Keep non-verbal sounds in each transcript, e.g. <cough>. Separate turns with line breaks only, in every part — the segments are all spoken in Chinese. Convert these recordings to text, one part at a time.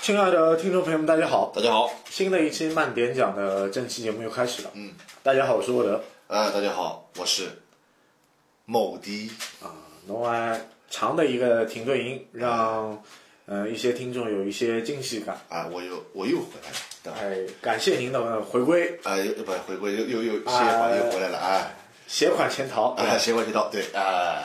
亲爱的听众朋友们，大家好！
大家好，
新的一期慢点讲的正期节目又开始了。
嗯，
大家好，我是沃德。
呃，大家好，我是某迪，
弄完长的一个停顿音，让呃一些听众有一些惊喜感。
啊、我又我又回来了，对吧？
哎，感谢您的回归，
啊、又不回归又又又谢款又回来了，哎、
携款潜逃。
啊，谢款这道对啊、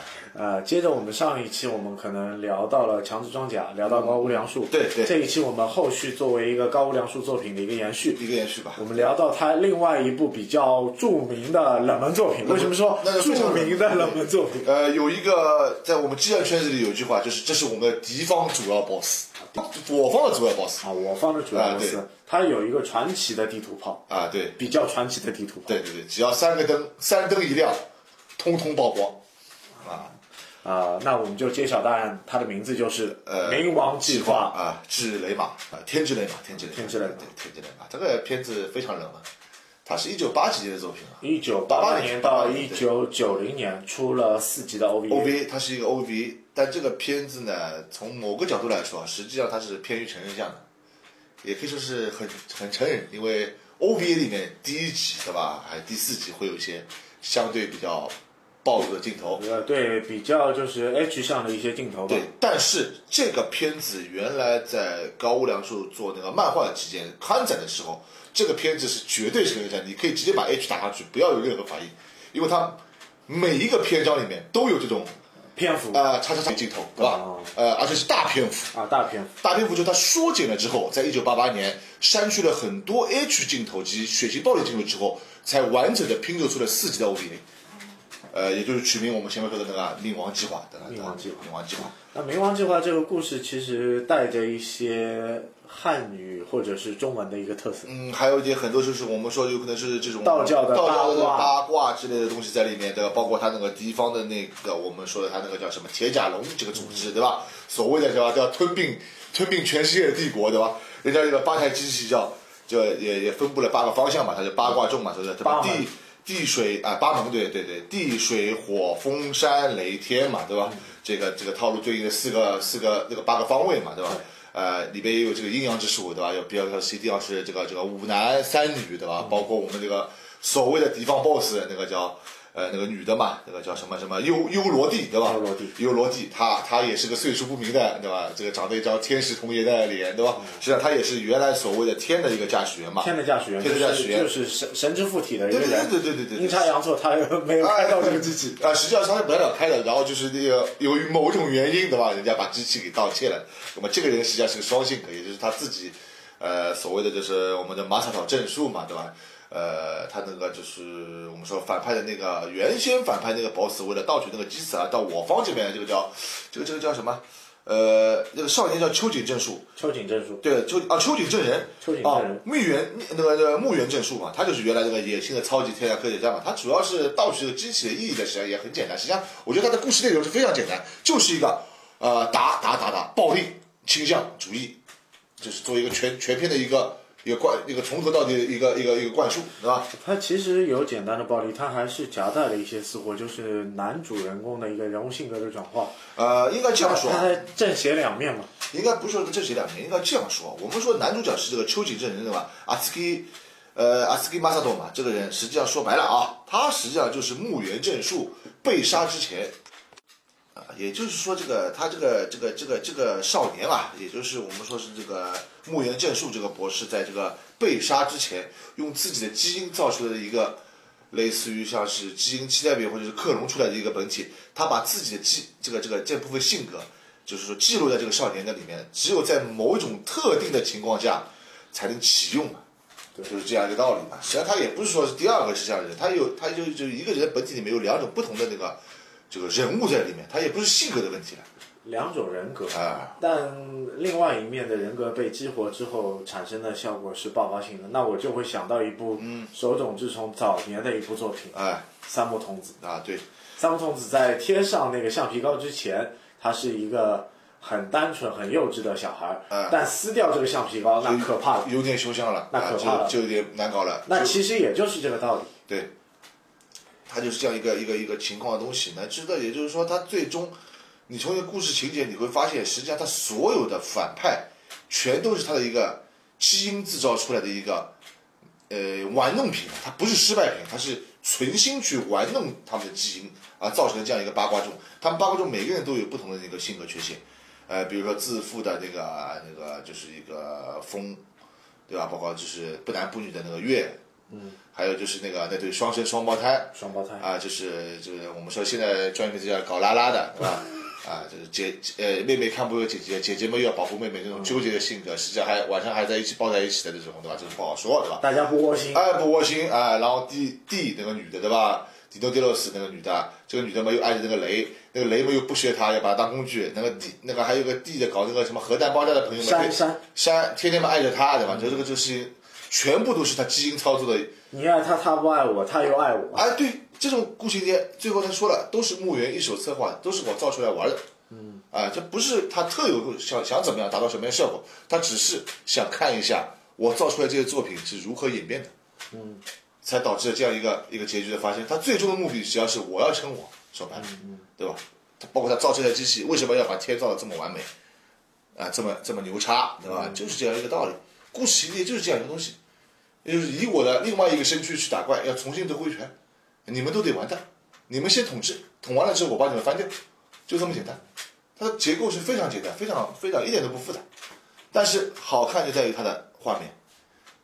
呃，接着我们上一期我们可能聊到了强制装甲，聊到高屋梁树。
嗯对对
这一期我们后续作为一个高屋梁树作品的一个延续。
一个延续吧
我。们聊到他另外一部比较著名的冷门作品，为什么说
那就非
著
常
名的冷门作品？
呃，有一个在我们激战圈子里有一句话，就是这是我们的敌方主要 boss，我方的主要 boss
啊，我方的主要
啊
公
对
司，它有一个传奇的地图炮，
啊，对
比较传奇的地图炮。
对对对，只要三个灯三灯一亮，通通曝光，
啊、那我们就揭晓答案，它的名字就是《冥王计划》
呃啊，至雷马啊，天之雷马，天之雷马，
天之雷马
对，天之雷马，这个片子非常冷门，它是一九八几年的作品啊。
一九八八
88
年
年
到
到
一九九零年出了四集的 OVA，,
OV 它是一个 OV，但这个片子呢，从某个角度来说啊，实际上它是偏于成人向的，也可以说是很很成人，因为 OV 里面第一集对吧，还有第四集会有一些相对比较暴露的镜头，
呃，对，比较就是 H 向的一些镜头吧
对。，但是这个片子原来在高屋梁树做那个漫画期间刊载的时候，这个片子是绝对成人向，你可以直接把 H 打上去，不要有任何反应，因为它每一个篇章里面都有这种
篇幅啊、
啊，叉叉叉镜头，对吧？呃，而且是大篇幅，
大篇幅，
大篇幅就是它缩减了之后，在一九八八年删去了很多 H 镜头及血腥暴力镜头之后，才完整的拼凑出了四集的 OVA。呃，也就是取名我们前面说的那个“冥王计划”对吧？
冥王计划
冥王计划。
那《冥王计划》这个故事其实带着一些汉语或者是中文的一个特色。
嗯，还有一点很多就是我们说有可能是这种
道教的
道教的
八卦
八卦之类的东西在里面，对吧？包括他那个敌方的那个我们说的他那个叫什么铁甲龙这个组织，对吧？所谓的叫叫吞并吞并全世界的帝国，对吧？人家这个八台机器叫就也也分布了八个方向嘛，它就八卦众嘛，就是对吧？
八门
地地水啊，八门对对对，地水火风山雷天嘛，对吧？
嗯
这个这个套路对应的四个四个那个八个方位嘛，对吧？呃，里边也有这个阴阳之术，对吧？有比较像 C D 要是这个这个五男三女，
嗯
对吧？包括我们这个所谓的敌方 BOSS 那个叫呃那个女的嘛，那个叫什么什么优优罗帝，对吧？
优罗帝
尤罗蒂，他他也是个岁数不明的，对吧？这个长得一张天使童颜的脸，对吧？实际上他也是原来所谓的天的一个驾驶员嘛。
嗯天的驾驶员就
天的驾驶
是
员
就是神神之附体的一个
对对
人，
对对对对对
阴差阳错他又没有开到这个机器，
啊、实际上他是本来想开的，然后就是那个由于某种原因，对吧？人家把机器给盗窃了。那么这个人实际上是个双性格，也就是他自己，呃，所谓的就是我们的马草草证书嘛，对吧？呃，他那个就是我们说反派的那个原先反派那个 boss，为了盗取那个机子啊，到我方这边这个叫这个这个叫什么？呃，那个少年叫秋瑾证书，
秋瑾证书。
对，秋啊，秋瑾证人，
秋瑾证人
啊，墓园那个那个墓园证书嘛，他就是原来那个野心的超级天才科学家嘛，他主要是盗取这个机器的意义的，实际上也很简单。实际上，我觉得他的故事内容是非常简单，就是一个呃打打打打暴力倾向主义，就是做一个全全篇的一个一个灌一个从头到底的一个一个一个灌输，对吧？
它其实有简单的暴力，它还是夹带了一些私货，就是男主人公的一个人物性格的转化，
呃，应该这样说啊，
它在正邪两面嘛。
应该不是说这几两年，应该这样说。我们说男主角是这个秋瑾这人对吧？阿斯基，呃，阿斯基马萨多嘛，这个人实际上说白了啊，他实际上就是墓园正树被杀之前，啊，也就是说这个他这个这个这个这个少年啊，也就是我们说是这个墓园正树这个博士，在这个被杀之前，用自己的基因造出来的一个类似于像是基因期待表或者是克隆出来的一个本体，他把自己的基这个这个这部分性格，就是说记录在这个少年的里面，只有在某一种特定的情况下才能启用嘛，就是这样一个道理嘛。实际上他也不是说是第二个是这样的人，他有他就就一个人的本体里面有两种不同的那个这个人物在里面，他也不是性格的问题了
两种人格，
啊。
但另外一面的人格被激活之后产生的效果是爆发性的。那我就会想到一部
嗯
手冢治虫早年的一部作品《啊
哎
三木童子》。
啊，对，
三木童子在贴上那个橡皮膏之前，他是一个很单纯、很幼稚的小孩儿，
啊
但撕掉这个橡皮膏，那可怕了。
有点凶相了，
那可怕了
啊、就就有点难搞了。
那
就
其实也就是这个道理。
对，它就是这样一个一个一个情况的东西。乃至的，也就是说，它最终，你从一个故事情节，你会发现，实际上它所有的反派全都是他的一个基因制造出来的一个呃玩弄品，它不是失败品，它是存心去玩弄他们的基因啊，造成了这样一个八卦众。他们八卦众每个人都有不同的那个性格缺陷，呃，比如说自负的那个啊那个就是一个疯，对吧？包括就是不男不女的那个月，嗯，还有就是那个那对双生双胞胎，
双胞胎，
啊，就是就是我们说现在专业名词叫搞拉拉的，对吧？啊，就是姐呃妹妹看不过姐姐，姐姐们又要保护妹妹这种纠结的性格，实际上还晚上还在一起抱在一起的这种，对吧？这个不好说，对吧？
大家不窝心，
哎，不窝心啊、然后 D D 那个女的，对吧？迪诺迪洛斯那个女的，这个女的嘛又爱着那个雷，那个雷嘛又不学她，要把她当工具。那个 D 那个还有个 D 的搞那个什么核弹爆炸的朋友们，
删
对
删，
山天天嘛爱着她，对吧？就这个就是全部都是她基因操作的。
你爱他，他不爱我，他又爱我，
哎，对，这种故情节，最后他说了，都是墓园一手策划的，都是我造出来玩的。嗯，啊，这不是他特有想想怎么样达到什么样的效果，他只是想看一下我造出来这些作品是如何演变的。嗯，才导致了这样一个一个结局的发生。他最终的目的只要是我要称王，说白了，对吧？他包括他造这台机器，为什么要把天造的这么完美？啊，这么这么牛叉，对吧？就是这样一个道理。故事情节就是这样一个东西，也就是以我的另外一个身躯去打怪，要重新得回权，你们都得完蛋，你们先统治，统完了之后我把你们翻掉，就这么简单。它的结构是非常简单，非常非常一点都不复杂，但是好看就在于它的画面，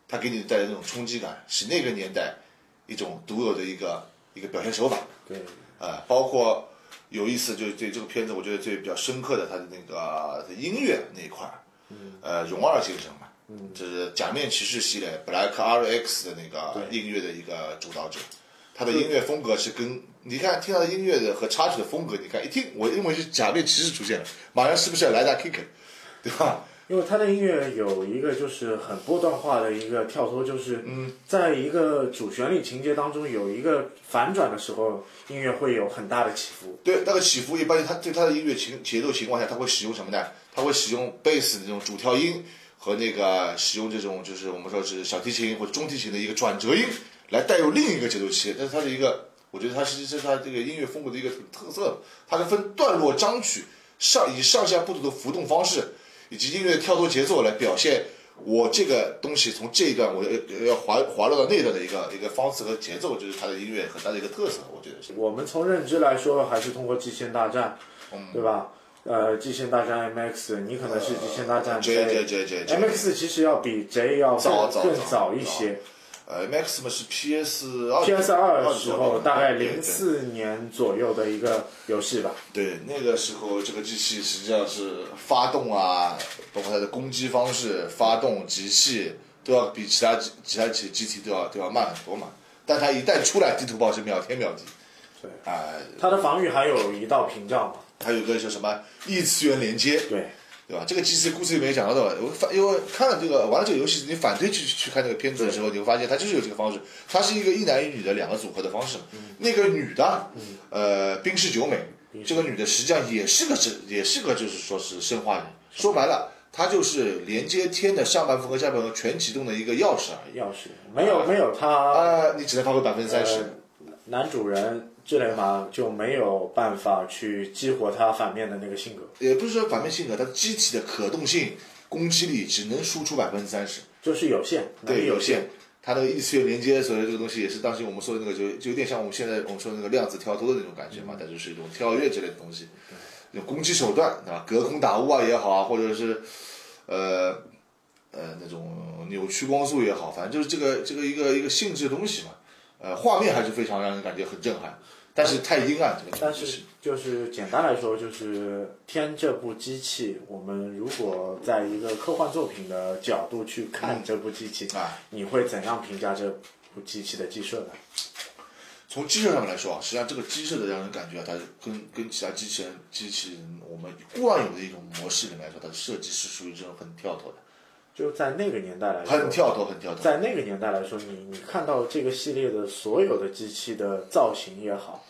它给你带来那种冲击感，是那个年代一种独有的一个一个表现手法。
对，
呃，包括有意思，就是对这个片子，我觉得最比较深刻的，它的那个音乐那一块儿，呃，荣二先生嘛，就是《假面骑士》系列 Black RX 的那个音乐的一个主导者，他的音乐风格是跟你看听他的音乐的和插曲的风格，你看一听我因为是假面骑士出现了，马上是不是要来大 kick，对吧？
因为他的音乐有一个就是很波段化的一个跳脱，就是
嗯
在一个主旋律情节当中有一个反转的时候，音乐会有很大的起伏。
对，那个起伏一般，他对他的音乐情节奏情况下，他会使用什么呢？他会使用贝斯这种主调音和那个使用这种就是我们说是小提琴或者中提琴的一个转折音来带入另一个节奏器，这是他的一个，我觉得他实际是他这个音乐风格的一个特色，它是分段落章曲上以上下不同的浮动方式以及音乐跳脱节奏来表现。我这个东西从这一段我要要滑滑落到那一段的一个一个方式和节奏，就是它的音乐和它的一个特色，我觉得是。
我们从认知来说，还是通过《极限大战》，
嗯
对吧？呃，《极限大战 MX》，你可能是《极限大战
J
J
J J J J
MX 其实要比 J 要更
呃早早
更
早
早一些。
呃，Max 嘛是 PS 二
PS 二时候，大概
哦对对
零四年左右的一个游戏吧。
对那个时候，这个机器实际上是发动啊，包括它的攻击方式、发动机器都要比其他其他机机体都要都要慢很多嘛。但它一旦出来，地图炮是秒天秒地。
对
啊、
它的防御还有一道屏障嘛。
还有一个叫什么异次元连接，
对，
对吧？这个机器故事里面也讲到的，我反因为看了这个玩了这个游戏，你反推去去看这个片子的时候，你会发现它就是有这个方式，它是一个一男一女的两个组合的方式。那个女的，呃，冰释九美，这个女的实际上也是个是也是个就是说是生化人，说白了，她就是连接天的上半部和下半部全启动的一个钥匙而已。
钥匙没有没有它，呃
啊，你只能发挥百分之三十。
男主人智雷马就没有办法去激活他反面的那个性格，
也不是说反面性格，它机体的可动性、攻击力只能输出百分之三十。
就是有限，能
对，
力
有
限
限。。它那个异次元连接，所以这个东西也是当时我们说的那个，就就有点像我们现在我们说的那个量子跳脱的那种感觉
嗯
嘛，它就是一种跳跃之类的东西，那种攻击手段啊，隔空打屋啊也好啊，或者是呃呃那种扭曲光速也好，反正就是这个这个一个一个性质的东西嘛，呃，画面还是非常让人感觉很震撼，但是太阴暗，这个
但
东西
是就是简单来说，就是天这部机器，我们如果在一个科幻作品的角度去看这部机器，
啊，
你会怎样评价这部机器的技术呢？
从机设上面来说啊，实际上这个机设的让人感觉啊，它跟跟其他机器人机器人我们惯有的一种模式里面来说，它的设计是属于这种很跳脱的，
就在那个年代来说，
很跳脱，很跳脱。
在那个年代来说，你你看到这个系列的所有的机器的造型也好，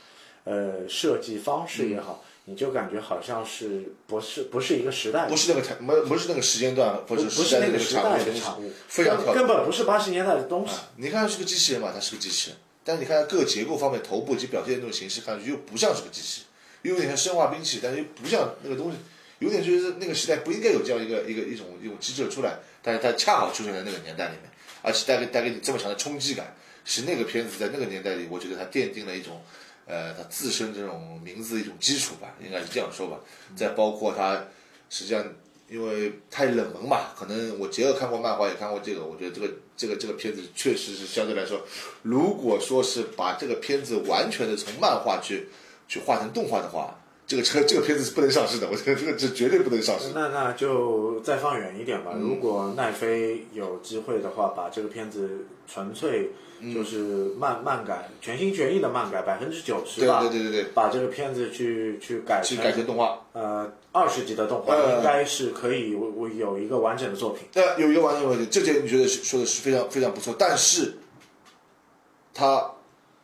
呃，设计方式也
嗯
好，你就感觉好像是不是不是一个时代的
不，是那个没不是那个时间段或
不
者
不是
代
那
的
个时代
产物
的
东西
产物，
非常
根
跳啊
根。
脱
本不是八十年代的东西。
你看它是个机器人嘛，它是个机器人，但是你看它各结构方面、头部及表现的那种形式，看上去又不像是个机器，又有点像生化兵器，但是又不像那个东西，有点就是那个时代不应该有这样一个一个一种一种机制出来，但是它恰好出现在那个年代里面，而且带给带给你这么强的冲击感，使那个片子在那个年代里，我觉得它奠定了一种。呃，它自身这种名字的一种基础吧，应该是这样说吧。再包括它，实际上因为太冷门嘛，可能我杰克看过漫画，也看过这个，我觉得这个这个这个片子确实是相对来说，如果说是把这个片子完全的从漫画去去画成动画的话，这个车这个片子是不能上市的，我觉得这个是绝对不能上市。
那那就再放远一点
嗯
吧。如果奈飞有机会的话，把这个片子纯粹
嗯
就是漫漫改，全心全意的漫改，百分之九十
对
吧，
对对对对，
把这个片子去去改
去
成
改成动画。
呃二十集的动画，
呃
应该是可以我我有一个完整的作品。
那有一个完整问题，这点你觉得是说的是非常非常不错，但是他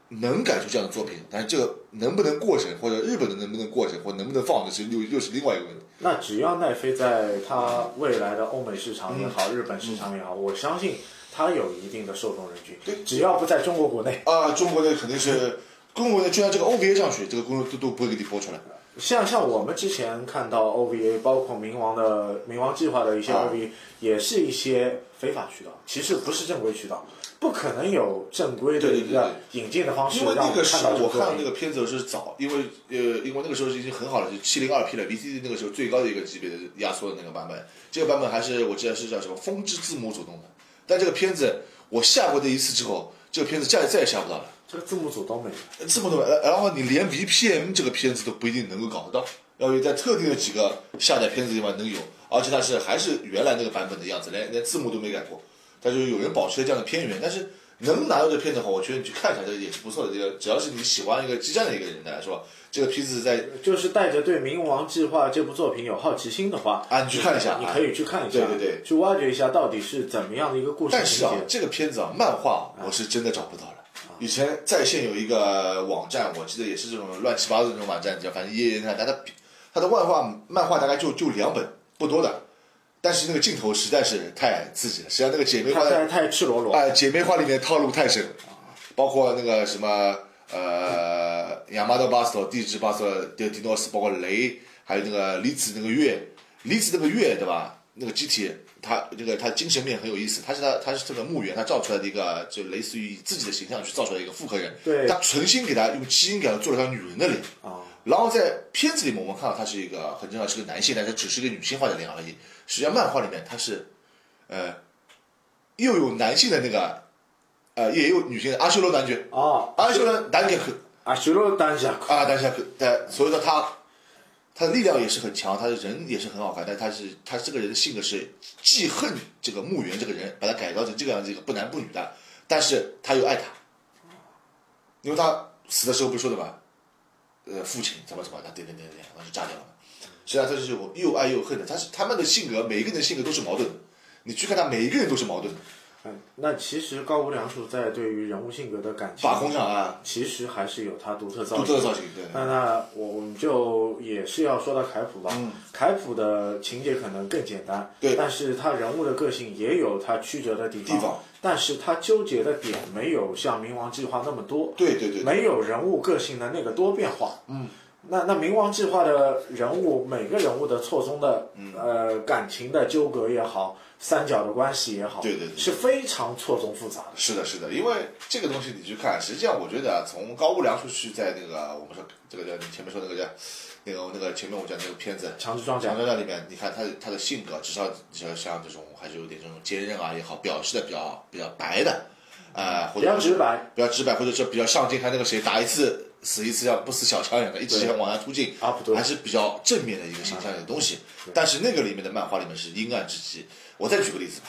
能改出这样的作品，但是这个能不能过审，或者日本的能不能过审，或能不能放，这是又又是另外一个问题。
那只要奈飞在它未来的欧美市场也好，日本市场也好，我相信它有一定的受众人群。
嗯对
只要不在中国国内，
啊，中国的肯定是中国的，就算这个 OVA 上去，这个公众都都不会给你播出来。
像像我们之前看到 OVA，包括冥王的冥王计划的一些
啊
OVA，、也是一些非法渠道，其实不是正规渠道，不可能有正规的
对对
一个引进的方式
因为
让我
那个
们
时
看
候
到这
我
个作
看那
品。
个片子是早，因为呃，因为那个时候已经很好了，就七零二 P 了，VCD 那个时候最高的一个级别的压缩的那个版本，这个版本还是我记得是叫什么风之字母主动的。但这个片子我下过这一次之后，这个片子再再也下不到了。
这个字幕组都没有，
这么多，呃然后你连 VPN 这个片子都不一定能够搞得到，要有在特定的几个下载片子地方能有，而且它是还是原来那个版本的样子，连连字幕都没改过，但就是有人保持了这样的偏远，但是能拿到这片子的话，我觉得你去看一下，这也是不错的。这个只要是你喜欢一个激战的一个人来说，这个片子在
就是带着对《冥王计划》这部作品有好奇心的话，
啊你去看一下
你
啊
可以去看一下，
对对对
去挖掘一下到底是怎么样的一个故事
但是
情
啊
节。，
这个片子啊，漫画啊我是真的找不到了。以前在线有一个网站，我记得也是这种乱七八糟的那种网站，叫反正页页看，但它它的漫画漫画大概就就两本不多的，但是那个镜头实在是太刺激了，实际上那个姐妹
它
花
实
的
在太赤裸裸，
啊、姐妹花里面套路太深了，啊包括那个什么呃，亚麻的巴斯托、地质巴斯托、迪迪诺斯，包括雷，还有那个离子那个月，离子那个月对吧？那个机体，它那个它精神面很有意思，它是它它是这个墓园，它造出来的一个就类似于以自己的形象去造出来的一个复刻人，
对
它存心给它用基因给它做了张女人的脸，
啊，
然后在片子里面我们看到他是一个很正常是个男性，但是只是一个女性化的脸而已。实际上漫画里面他是，呃，又有男性的那个，呃，也有女性的阿修罗男爵，
哦，
阿修罗男爵可
啊，学了单下，
啊，但是可但所以说他他的力量也是很强，他的人也是很好看，但他是他这个人的性格是既恨这个墓园这个人，把他改造成这个样子一个不男不女的，但是他又爱他，因为他死的时候不是说的嘛，呃，父亲怎么怎么，他点点点点，然后就炸掉了嘛。实际上他就是我又爱又恨的，他是他们的性格，每一个人的性格都是矛盾的。你去看他，每一个人都是矛盾的，
嗯，那其实高屋良树在对于人物性格的感情
把控上啊，
其实还是有他独特造型。
独特的造型，对。
那那我我们就也是要说到凯普吧，凯普的情节可能更简单，
嗯对
但是他人物的个性也有他曲折的地方，
地方
但是他纠结的点没有像冥王计划那么多，
对对对，
没有人物个性的那个多变化，嗯。那那冥王计划的人物，每个人物的错综的、
嗯
呃感情的纠葛也好，三角的关系也好，
对对对
是非常错综复杂的。
是的，是的，因为这个东西你去看，实际上我觉得啊从高屋梁树去在那个我们说这个叫你前面说那个叫那个那个前面我讲那个片子
强制装
《
甲
长，征战》里面，你看他的他的性格，至少至少像这种还是有点这种坚韧啊也好，表示的比较比较白的，啊、或
比
者
较直白，
比较直白，或者说比较上进，看那个谁打一次死一次，像不死小强一样的，一直想往下突进，
啊不对
还是比较正面的一个形象的东西。但是那个里面的漫画里面是阴暗之极。我再举个例子吧，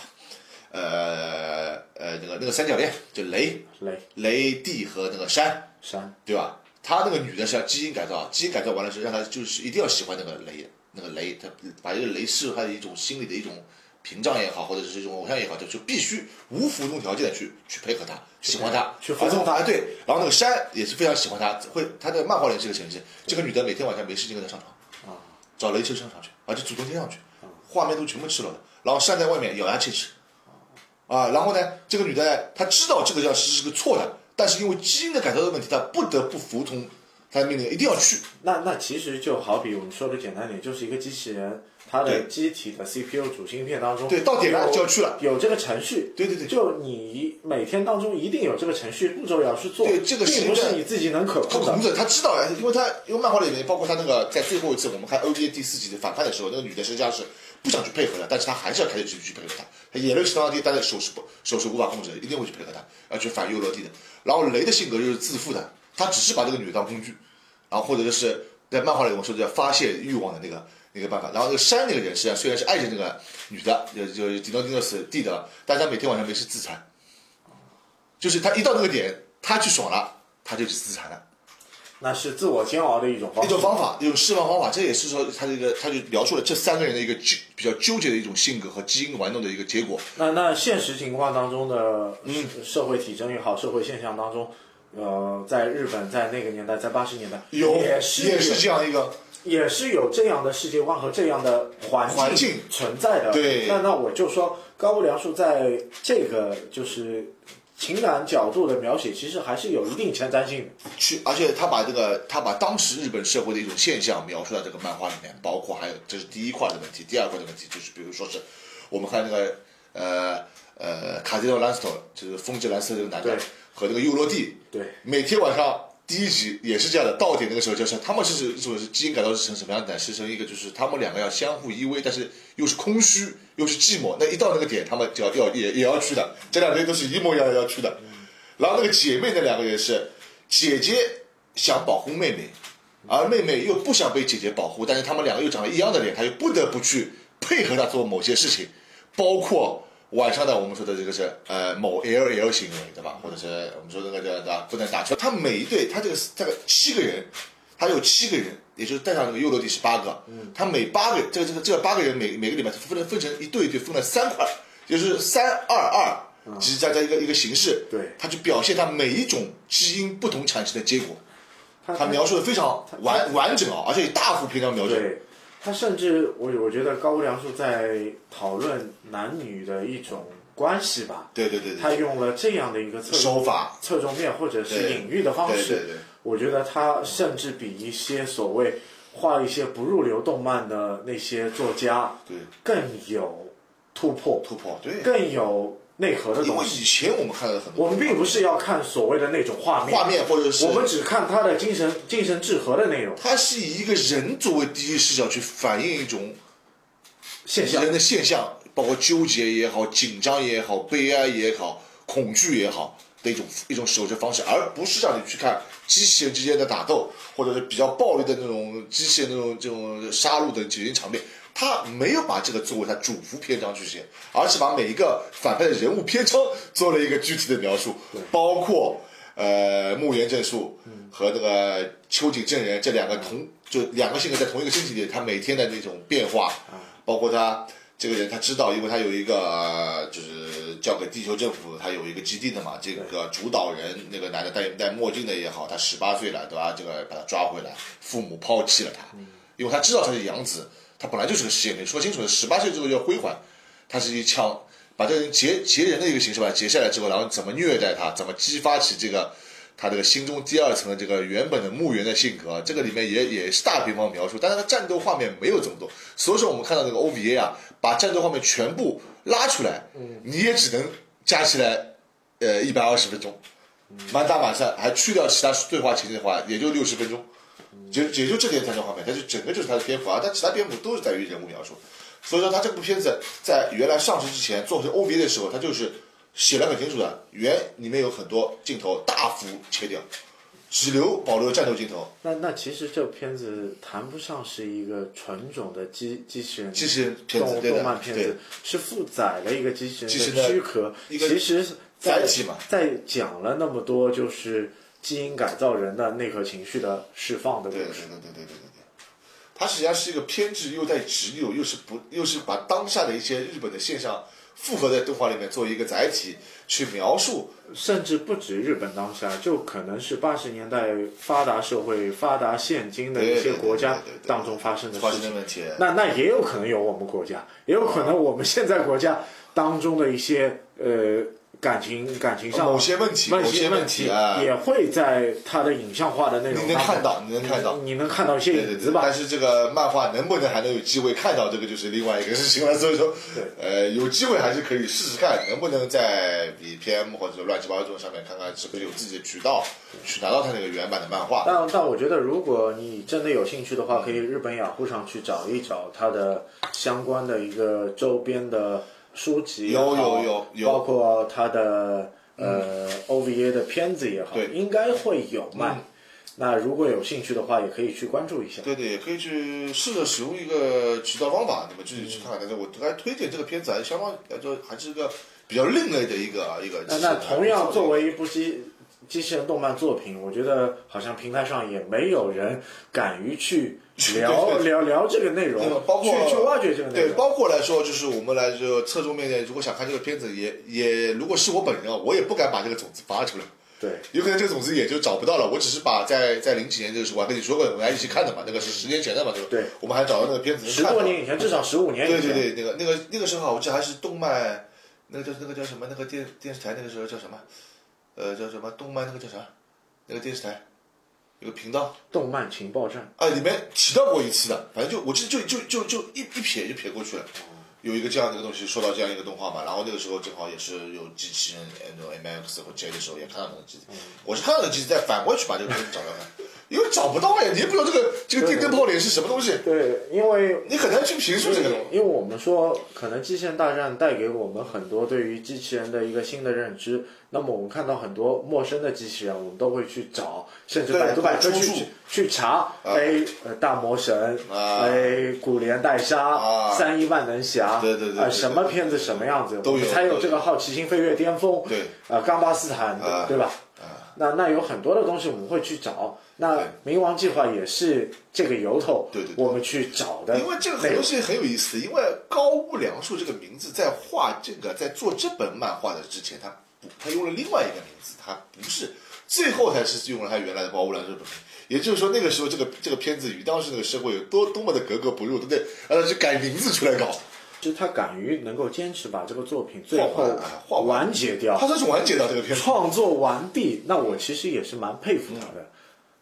呃呃，那个那个三角恋，就雷
雷
雷地和那个山，
山
对吧？他那个女的是要基因改造，基因改造完了之后，让她就是一定要喜欢那个雷，那个雷，她把这个雷视为她的一种心理的一种屏障也好，或者是一种偶像也好，就就必须无服从条件的去去配合他，喜欢他，
去服从
他。哎，对。然后那个山也是非常喜欢他，会他的漫画里是个呈现，这个女的每天晚上没事情跟他上床，
啊
找雷球上上去，而且主动贴上去，画面都全部吃了的，然后站在外面咬牙切齿，啊，然后呢，这个女的呢，她知道这个药师是个错的，但是因为基因的改造的问题，她不得不服从他命令一定要去，
那那其实就好比我们说的简单点，就是一个机器人，它的
对
机体的 CPU 主芯片当中，
对到点了
有
就要去了
有这个程序。
对对对
就你每天当中一定有这个程序步骤要去做，
对这个是
并不是你自己能可
他
控的
孔。子他知道呀，因为他因为漫画里面，包括他那个在最后一次我们看 OVA 第四集的反派的时候，那个女的实际上是不想去配合的，但是她还是要开始去去配合他，她眼泪是当地，但是手是不手是无法控制的，一定会去配合他，要去反右落地的。然后雷的性格就是自负的，他只是把这个女的当工具，然后或者就是在漫画里我们说的叫发泄欲望的那个那个办法。然后那个山那个人实际上虽然是爱着那个女的，就就顶到顶到死地的，但是他每天晚上没事自残，就是他一到那个点，他去爽了，他就去自残了。
那是自我煎熬的一种方
一
式
种。方法，一种释放方法，这也是说他这个，他就描述了这三个人的一个纠比较纠结的一种性格和基因玩弄的一个结果。
那那现实情况当中的
嗯
社社会体征也好，社会现象当中，呃，在日本在那个年代，在八十年代也是
也是这样一个，
也是有这样的世界观和这样的环
环境
存在的。
对
那那我就说，高木良树在这个就是情感角度的描写，其实还是有一定前瞻性的。
去，而且他把这个，他把当时日本社会的一种现象描述在这个漫画里面，包括还有这是第一块的问题，第二块的问题就是，比如说是我们看那个呃呃卡迪诺兰斯特，就是风之兰斯特这个男的
对
和那个尤罗蒂，
对，
每天晚上第一集也是这样的，到点那个时候就是他们是是是基因改造是成什么样的？是成一个就是他们两个要相互依偎，但是又是空虚又是寂寞。那一到那个点，他们就要要也也要去的，这两天都是一模一样要去的。然后那个姐妹那两个也是，姐姐想保护妹妹，而妹妹又不想被姐姐保护，但是她们两个又长得一样的脸，她又不得不去配合她做某些事情，包括晚上的我们说的这个是呃某 LL 行为，对吧？或者是我们说那个叫对吧？不能打球。他每一队，他这个这个七个人，他有七个人，也就是带上那个右落地是八个，他每八个人这个这个这个八个人每每个里面分了分成一队一队分了三块，就是三二二。只是加加一个一个形式，
对
他去表现他每一种基因不同产生的结果，
他
他描述的非常完完整啊，而且大幅篇章描写。
对，他甚至我我觉得高木良树在讨论男女的一种关系吧，
对对对对，
他用了这样的一个侧重
手法，
侧重面或者是
对
隐喻的方式，
对对对
我觉得他甚至比一些所谓画一些不入流动漫的那些作家
对
更有突破，
突破，对。
更有内核的
因
东
为
西。
以前我们看到的很多
我们并不是要看所谓的那种画面，
画面或者是
我们只看他的精神精神治核的内容
它是以一个人作为第一视角去反映一种
现象。
人的现象，包括纠结也好、紧张也好、悲哀也好、恐惧也好的一种一种手持方式，而不是让你去看机器人之间的打斗，或者是比较暴力的那种机器人那种这种杀戮的血腥场面。他没有把这个作为他主幅篇章去写，而是把每一个反派的人物篇章做了一个具体的描述，包括呃木原正树和那个秋瑾正人这两个同就两个性格在同一个身体里，他每天的那种变化，包括他这个人他知道，因为他有一个、呃就是交给地球政府，他有一个基地的嘛，这个主导人那个男的戴戴墨镜的也好，他十八岁了对吧？这个把他抓回来，父母抛弃了他，因为他知道他是养子，他本来就是个实验品，说清楚了，十八岁之后要归还。他是一枪把这个人截截人的一个形式把它截下来之后，然后怎么虐待他，怎么激发起这个他这个心中第二层的这个原本的墓园的性格，这个里面也也是大篇幅描述，但是他战斗画面没有这么多，所以说我们看到那个 OVA 啊，把战斗画面全部拉出来，你也只能加起来呃一百二十分钟，满打满算还去掉其他对话情节的话，也就六十分钟。就也就这点战争画面，它就整个就是它的篇幅啊，但其他篇幅都是在于人物描述。所以说，它这部片子在原来上市之前做成 OVA 的时候，它就是写了很清楚的，原里面有很多镜头大幅切掉，只留保留战斗镜头。
那那其实这片子谈不上是一个纯种的机机器人
机器人片子
动
对的
动漫片
对
子，是负载了一个机器
机器
人
人的
躯壳。
一个
其实在
载体嘛
在讲了那么多就是基因改造人的内核情绪的释放的故
对对
事。
对对对对对对，它实际上是一个偏执又带执拗，又是不又是把当下的一些日本的现象复合在动画里面做一个载体去描述。
甚至不止日本当下，就可能是八十年代发达社会、发达现今的
对
一些
对
国家
对对对对
当中发生的
发
事
生
情
的。问题，
那那也有可能有我们国家，也有可能我们现在国家当中的一些呃感情感情上
某些问题
某
某些
问
问题哎
也会在他的影像化的内容上
你能看到，你能看到。
你能看到一些
对对
影子
对，
吧
但？是这个漫画能不能还能有机会看到，这个就是另外一个事情了。所以说，呃，有机会还是可以试试看，能不能在 BPM 或者乱七八糟这种上面看看，是不是有自己的渠道去拿到他那个原版的漫画。
但但我觉得，如果你真的有兴趣的话，可以日本雅虎上去找一找它的相关的一个周边的书籍也好，
有有有有嗯
包括它的呃、OVA 的片子也好，
对嗯
应该会有卖。那如果有兴趣的话，也可以去关注一下。
对对，也可以去试着使用一个渠道方法，你们自己去看看。但是我还推荐这个片子，还是相当来说还是一个比较另类的一个一个。
那那同样作为一部机机器人动漫作品，我觉得好像平台上也没有人敢于去
<laughs>
聊聊聊这个内容
对，嗯包括
去去挖掘这个内
对，
容。
包括来说，就是我们来说侧重面的，如果想看这个片子，也也如果是我本人啊，我也不敢把这个种子发出来，
对
有可能这个种子也就找不到了。我只是把在在零几年这个时候，我还跟你说过，我们还一起看的嘛，那个是十年前的嘛，对吧？
对，
我们还找到那个片子
十
看
多
的
年以前，至少十五年以前。
对对对，那个那个那个时候啊，我记得还是动漫，那个叫那个叫什么？那个电电视台那个时候叫什么？呃，叫什么动漫那个叫啥？那个电视台有个频道
动漫情报站，
啊，里面提到过一次的，反正就我记得就就就就一一瞥就瞥过去了。有一个这样的一个东西，说到这样一个动画嘛，然后那个时候正好也是有机器人呃那种 M X 或 J 的时候，也看到那个机子，我是看到那个机子，再反过去把这个东西找到看，因为找不到哎呀，你也不知道这个这个电灯泡脸是什么东西，
对，因为
你很难去评述这个东西。
因为我们说，可能《机器人大战》带给我们很多对于机器人的一个新的认知。那么我们看到很多陌生的机器人，我们都会去找，甚至
对
百度百科
会
去
出处
去去查，哎，呃，大魔神，
啊
哎，古莲带
啊
沙，三一万能侠，
对对对对
啊，
对
什么片子什么样子，我
都有
们才有这个好奇心飞跃巅峰，
对，
啊，冈巴斯坦
啊，
对吧？那那有很多的东西我们会去找，那
对
冥王计划也是这个由头，
对对对
我们去找呃的内容，
因为这个很多事情很有意思，因为高屋梁树这个名字在画这个在做这本漫画的之前，他不他用了另外一个名字，他不是最后才是用了他原来的高屋梁树这本名。也就是说，那个时候这个这个片子与当时那个社会有多多么的格格不入，对不对？让他去改名字出来搞，
就是他敢于能够坚持把这个作品最
画完哎画
后
完
完结掉
他，算是完结到这个片子。
创作完毕，那我其实也是蛮佩服他的。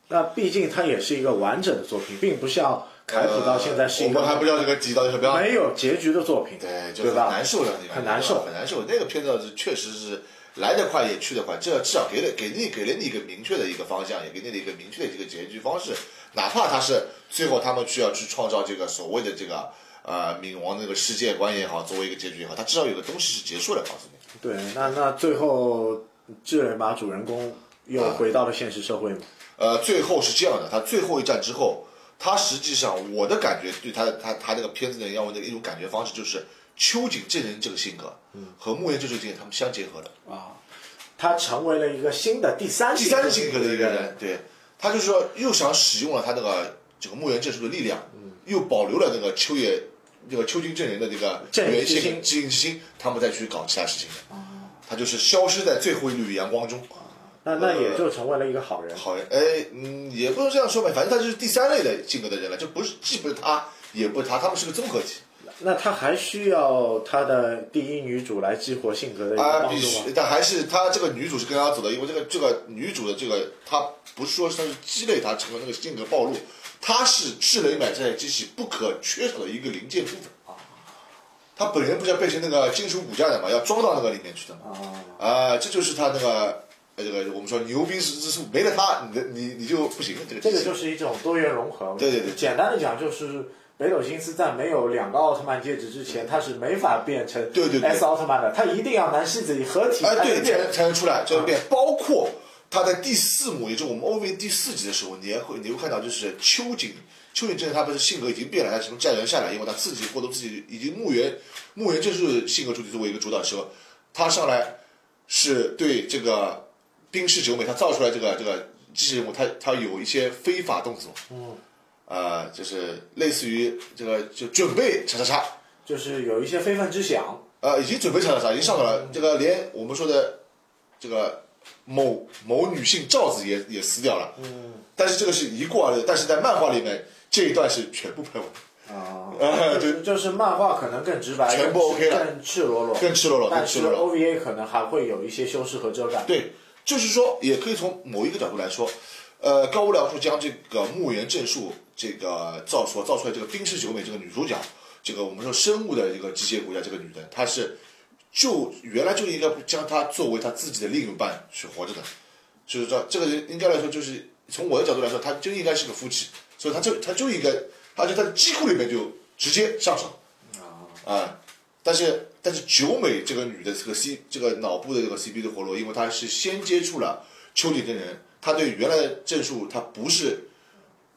那毕竟他也是一个完整的作品，并不像凯普到现在是一
呃我们还
个
不知道这个集到底什么样。
没有结局的作品，
对，就
对
很
吧？
难受的地方，
很难受
很难受。那个片子是确实是来得快也去得快，这至少给了给你给了你一个明确的一个方向，也给你了一个明确的一个结局方式。哪怕他是最后他们需要去创造这个所谓的这个呃冥王的这个世界观也好，作为一个结局也好，他至少有个东西是结束了，告诉你。
对，那那最后智人马主人公又回到了现实社会嘛？
呃，最后是这样的，他最后一战之后，他实际上我的感觉对他的他他那个片子的让我的一种感觉方式就是秋瑾真人这个性格，
嗯
和木原这这个他们相结合的。
他成为了一个新的第三
第三性格的一个人，对，他就说又想使用了他那个这个木原正树的力量，
嗯
又保留了那个秋野那个秋津正人的这个
正义
原
之
先
心哦
知之心，他们再去搞其他事情的，他就是消失在最后一缕阳光中。
那那也就成为了一个好人。
好人，哎，嗯，也不能这样说吧，反正他就是第三类的性格的人了，就不是既不是他，也不是他，他们是个综合体
那他还需要他的第一女主来激活性格的一个
啊，
帮
必
助吗？
须，但还是他这个女主是跟他走的，因为这个这个女主的这个，她不是说她是积累她成了那个性格暴露，她是智能买菜机器不可缺少的一个零件部分。
啊
她本人不是要变成那个金属骨架的嘛，要装到那个里面去的嘛。
哦
啊、这就是她那个呃这个我们说牛逼之之处，没了她，你的你你就不行。这个
这
机
个
器
就是一种多元融合。
对对对
简单的讲就是。北斗星矢在没有两个奥特曼戒指之前，他是没法变成
对对对
S 奥特曼的，他一定要男西子以合体
哎，
才
对，
能
嗯才
变。
能才能出来，就是变。包括他在第四幕，也就是我们 OV 第四集的时候，你也会你会看到，就是秋瑾，秋瑾真的他不是性格已经变了，他从战人下来以后，他自己获得自己已经墓园墓园正是性格主体作为一个主导之后，他上来是对这个冰释九美，他造出来这个这个机器人物，他他有一些非法动作，嗯，呃，就是类似于这个就准备叉叉叉，
就是有一些非分之想，
呃，已经准备上了啥？已经上到了。这个连我们说的这个某某女性赵子也也撕掉了。嗯。但是这个是一过而已，但是在漫画里面这一段是全部喷完，
啊，
哎
就是就是漫画可能更直白，
全部
更
OK 了
更赤裸裸，
更赤裸裸，更
但
赤
是
裸裸。
OVA 可能还会有一些修饰和遮盖。
对，就是说，也可以从某一个角度来说，呃，高无聊树将这个木原正树这个造所造出来这个冰释九美这个女主角，这个我们说生物的这个机械骨架这个女的，她是就原来就应该将她作为她自己的另一半去活着的，就是说这个人应该来说就是从我的角度来说，她就应该是个夫妻，所以她就她就应该，而且她的机库里面就直接上手。啊、但是但是九美这个女的这个 C 这个脑部的这个 CP 的活络，因为她是先接触了秋瑾真人，她对原来的正数她不是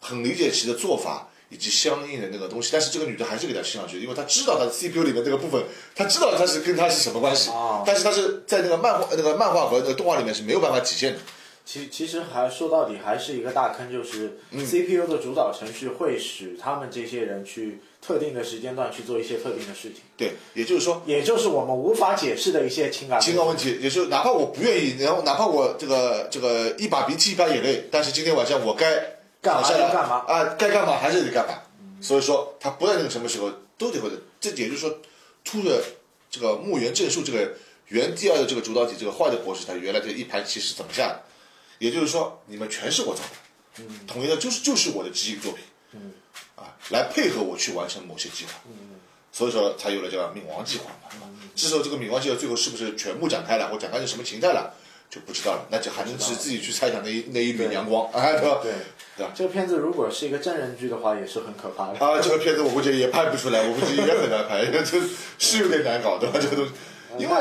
很理解其的做法以及相应的那个东西，但是这个女的还是给她吃上去，因为她知道她的 CPU 里面这个部分，她知道她是跟她是什么关系，
哦
但是她是在那个漫画那个漫画和那个动画里面是没有办法体现的。
其其实还说到底还是一个大坑，就是
嗯
CPU 的主导程序会使他们这些人去特定的时间段去做一些特定的事情，
对，也就是说，
也就是我们无法解释的一些情感
情感问题，也就是哪怕我不愿意，然后哪怕我这个这个一把鼻涕一把眼泪，但是今天晚上我该
干嘛
躺下来
就干嘛
啊，该干嘛还是得干嘛。所以说，他不在那个什么时候都得会的。这也就是说，突的这个木原正树这个原第二的这个主导体这个坏的博士，他原来这一盘棋是怎么下的？也就是说，你们全是我造的，
嗯
统一的就是就是我的记忆作品，啊，来配合我去完成某些计划。所以说才有了这个冥王计划嘛，是吧？至少这个冥王计划最后是不是全部展开了，或展开成什么形态了，就不知道了。那就还能是自己去猜想那一那一缕阳光，哎，对吧？
对
对吧
这个片子如果是一个真人剧的话，也是很可怕的。
啊，这个片子我估计也拍不出来，我估计也很难拍， <laughs> 这是有点难搞，对吧？这个东西，因为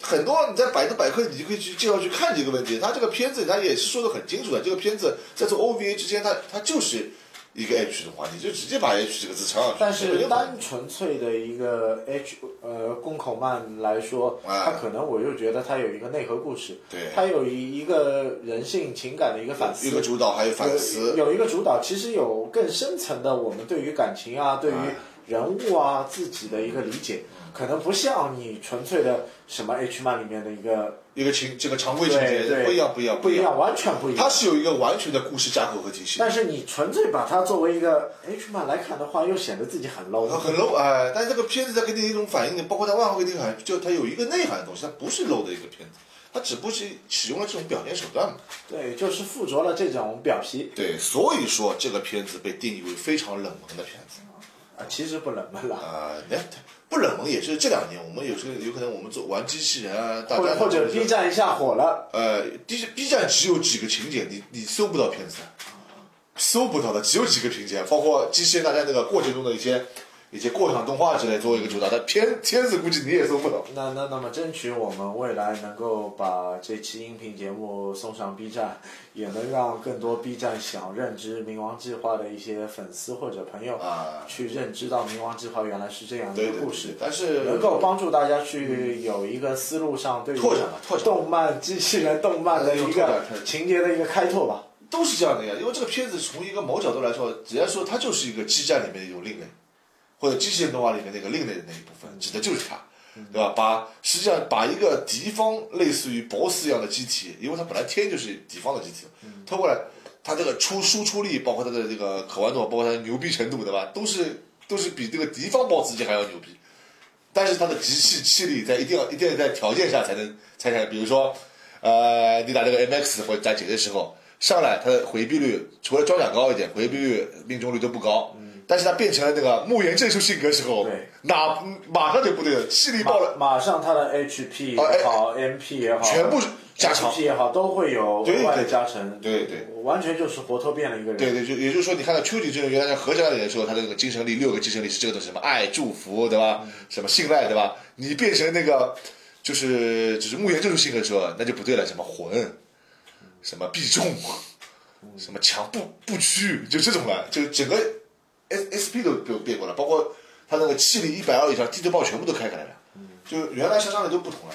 很多你在百度百科，你就可以去介绍去看这个问题。他这个片子，他也是说的很清楚的。这个片子在做 OVA 之间，它它就是一个 H 的话，你就直接把 H 这个字插上去。
但
没有
是
问题
单纯粹的一个 H 呃宫口漫来说，
哎
它可能我又觉得它有一个内核故事，
对
它有一一个人性情感的一个反思，
一个主导，还有反思，
有有一个主导，其实有更深层的我们对于感情啊，对于人物啊自己的一个理解，
嗯
可能不像你纯粹的什么 H 漫里面的一个
一个情这个常规情节
对对
不一样，不一样，
不
一
一
样。
样，完全不一
它
样。
是有一个完全的故事架构和体系，
但是你纯粹把它作为一个 H 漫来看的话，又显得自己很 low。
很 low 哎、但是这个片子它给你一种反应，包括它漫画给你反应，就它有一个内涵的东西，它不是 low 的一个片子，它只不过是使用了这种表现手段嘛。
对，就是附着了这种表皮
对，所以说这个片子被定义为非常冷门的片子。
啊，其实不冷门了，
啊、那不冷门也是这两年，我们有时候有可能我们做玩机器人啊，大
或
家
者或者
就是
B 站一下火了，
呃，D B 站只有几个情节，你你搜不到片子的，搜不到的只有几个情节，包括机器人大战那个过程中的一些一些过场动画之类作为一个主打，但片片子估计你也搜不到。
那那那么，争取我们未来能够把这期音频节目送上 B 站，也能让更多 B 站想认知《冥王计划》的一些粉丝或者朋友
啊
去认知到《冥王计划》原来是这样的
对
一
对
个
对
故事，
但是
能够帮助大家去有一个思路上对于
拓展吧拓展
动漫、机器人动漫的一
拓展
个
拓展
情节的一个开拓吧。
都是这样的呀，因为这个片子从一个某角度来说，只要说它就是一个基站里面的一种另类，或者机器人动画里面那个另类的那一部分，指的就是它，对吧？把实际上把一个敌方类似于 BOSS 一样的机体，因为它本来天就是敌方的机体，通过了它这个出输出力，包括它的这个可玩度，包括它的牛逼程度，对吧？都是都是比这个敌方 BOSS 机还要牛逼。但是它的机器气力在一定要一定要在条件下才能才能，比如说，呃，你打这个 MX 或者打解的时候，上来它的回避率除了装甲高一点，回避率命中率都不高。但是它变成了那个木原正树性格时候
对，
哪马上就不对了，气力爆呃了，
马上它的 HP
啊哎
也好、MP 也好，
全部加强
HP。也好，都会有
对
额外的
对
加成。
对对，
完全就是活脱变了一个人。
对对，就也就是说，你看到丘吉这个原来在合家里的时候，他的那个精神力六个精神力是这个东西，什么爱、祝福，对吧？什么信赖，对吧？你变成那个就是就是木原这种性格的时候，那就不对了，什么魂，什么必中，什么强不不屈，就这种了，就整个 S S P 都都变过了，包括他那个气力一百二以上，地图炮全部都开开来了，就原来杀伤力都不同了。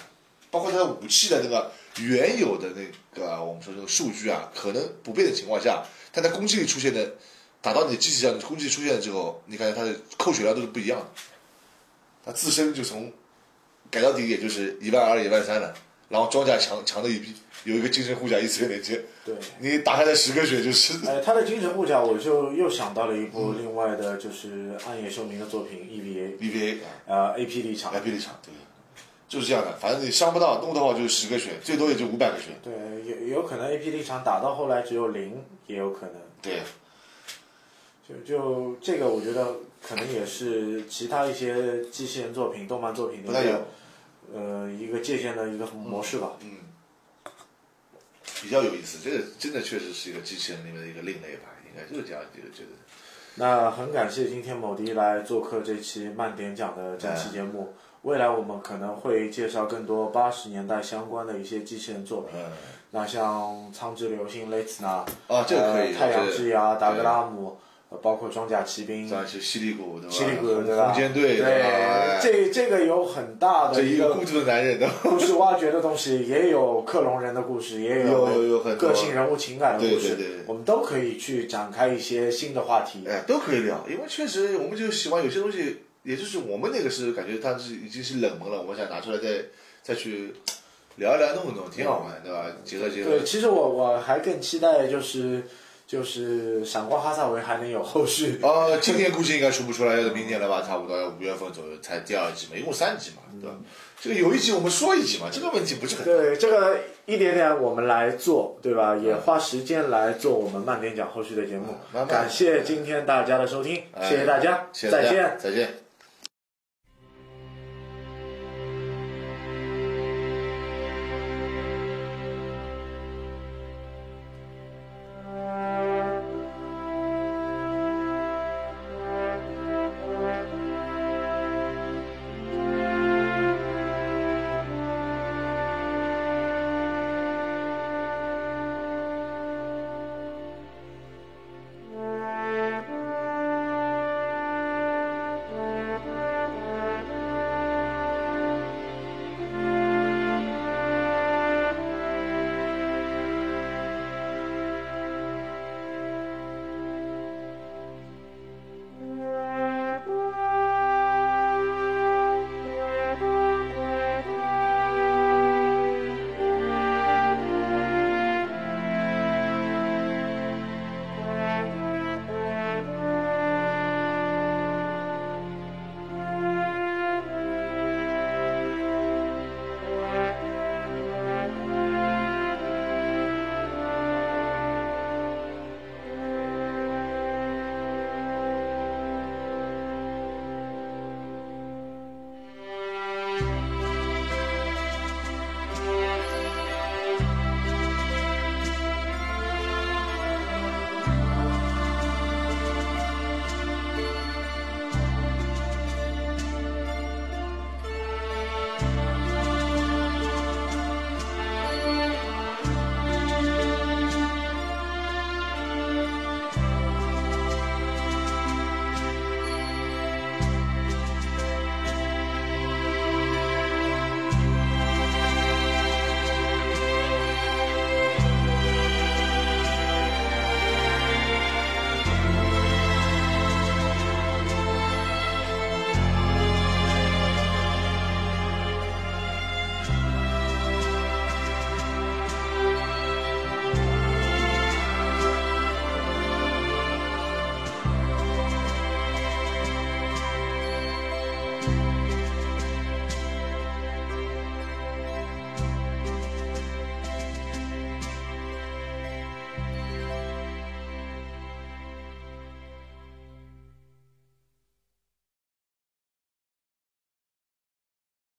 包括它的武器的那个原有的那个啊我们说这个数据啊，可能不变的情况下，它在攻击力出现的，打到你机器上，你攻击力出现了之后，你感觉它的扣血量都是不一样的。它自身就从改到底也就是一万二、一万三了，然后装甲强强的一逼，有一个精神护甲一次元连接，
对，
你打开了十个血就是。 <laughs>
呃，他的精神护甲，我就又想到了一部另外的，就是暗夜秀明的作品 EVA，
BBA
呃，AP 立场
啊，，来比例场，对，就是这样的。反正你伤不到，弄的话就是十个血，最多也就五百个血。
对，有有可能 AP 立场打到后来只有零，也有可能。
对，
就就这个，我觉得可能也是其他一些机器人作品、动漫作品的
不太
一
有
个
嗯
呃一个借鉴的一个模式吧。
比较有意思。这个真的确实是一个机器人里面的一个另类吧，应该就是这样一个觉得。
那很感谢今天某迪来做客这期慢点讲的这期节目。
哎
未来我们可能会介绍更多八十年代相关的一些机器人作品，
嗯，
那像苍之流星、雷兹纳、
啊，这个可以。
呃、太阳之牙、
对
达格拉姆，呃包括装甲骑兵
这、样是犀利谷对吧？
奇里古对吧？
啊空间队
对
吧？哎
这这个有很大
这
的
一
一
个
个
孤独的
<laughs>
男人对吧？
故事挖掘的东西，也有克隆人的故事，也
有有有很多
个性人物情感的故
对
事，
对对
我们都可以去展开一些新的话题。
哎，都可以聊，因为确实我们就喜欢有些东西，也就是我们那个是感觉它是已经是冷门了，我想拿出来再再去聊一聊弄一弄，挺好玩，对吧？结合结合
对，，其实我我还更期待就是就是闪光哈萨维还能有后续。
呃，今年估计应该出不出来，要到明年了吧，差不多要五月份左右才第二季嘛，一共三集嘛，对吧？
嗯
这个有一集我们说一集嘛，这个问题不是很大。
对这个一点点我们来做，对
嗯
吧？也花时间来做我们慢点讲后续的节目。
慢慢哎
感谢今天大家的收听，谢谢大家，
谢谢大
再
家
见。
再见。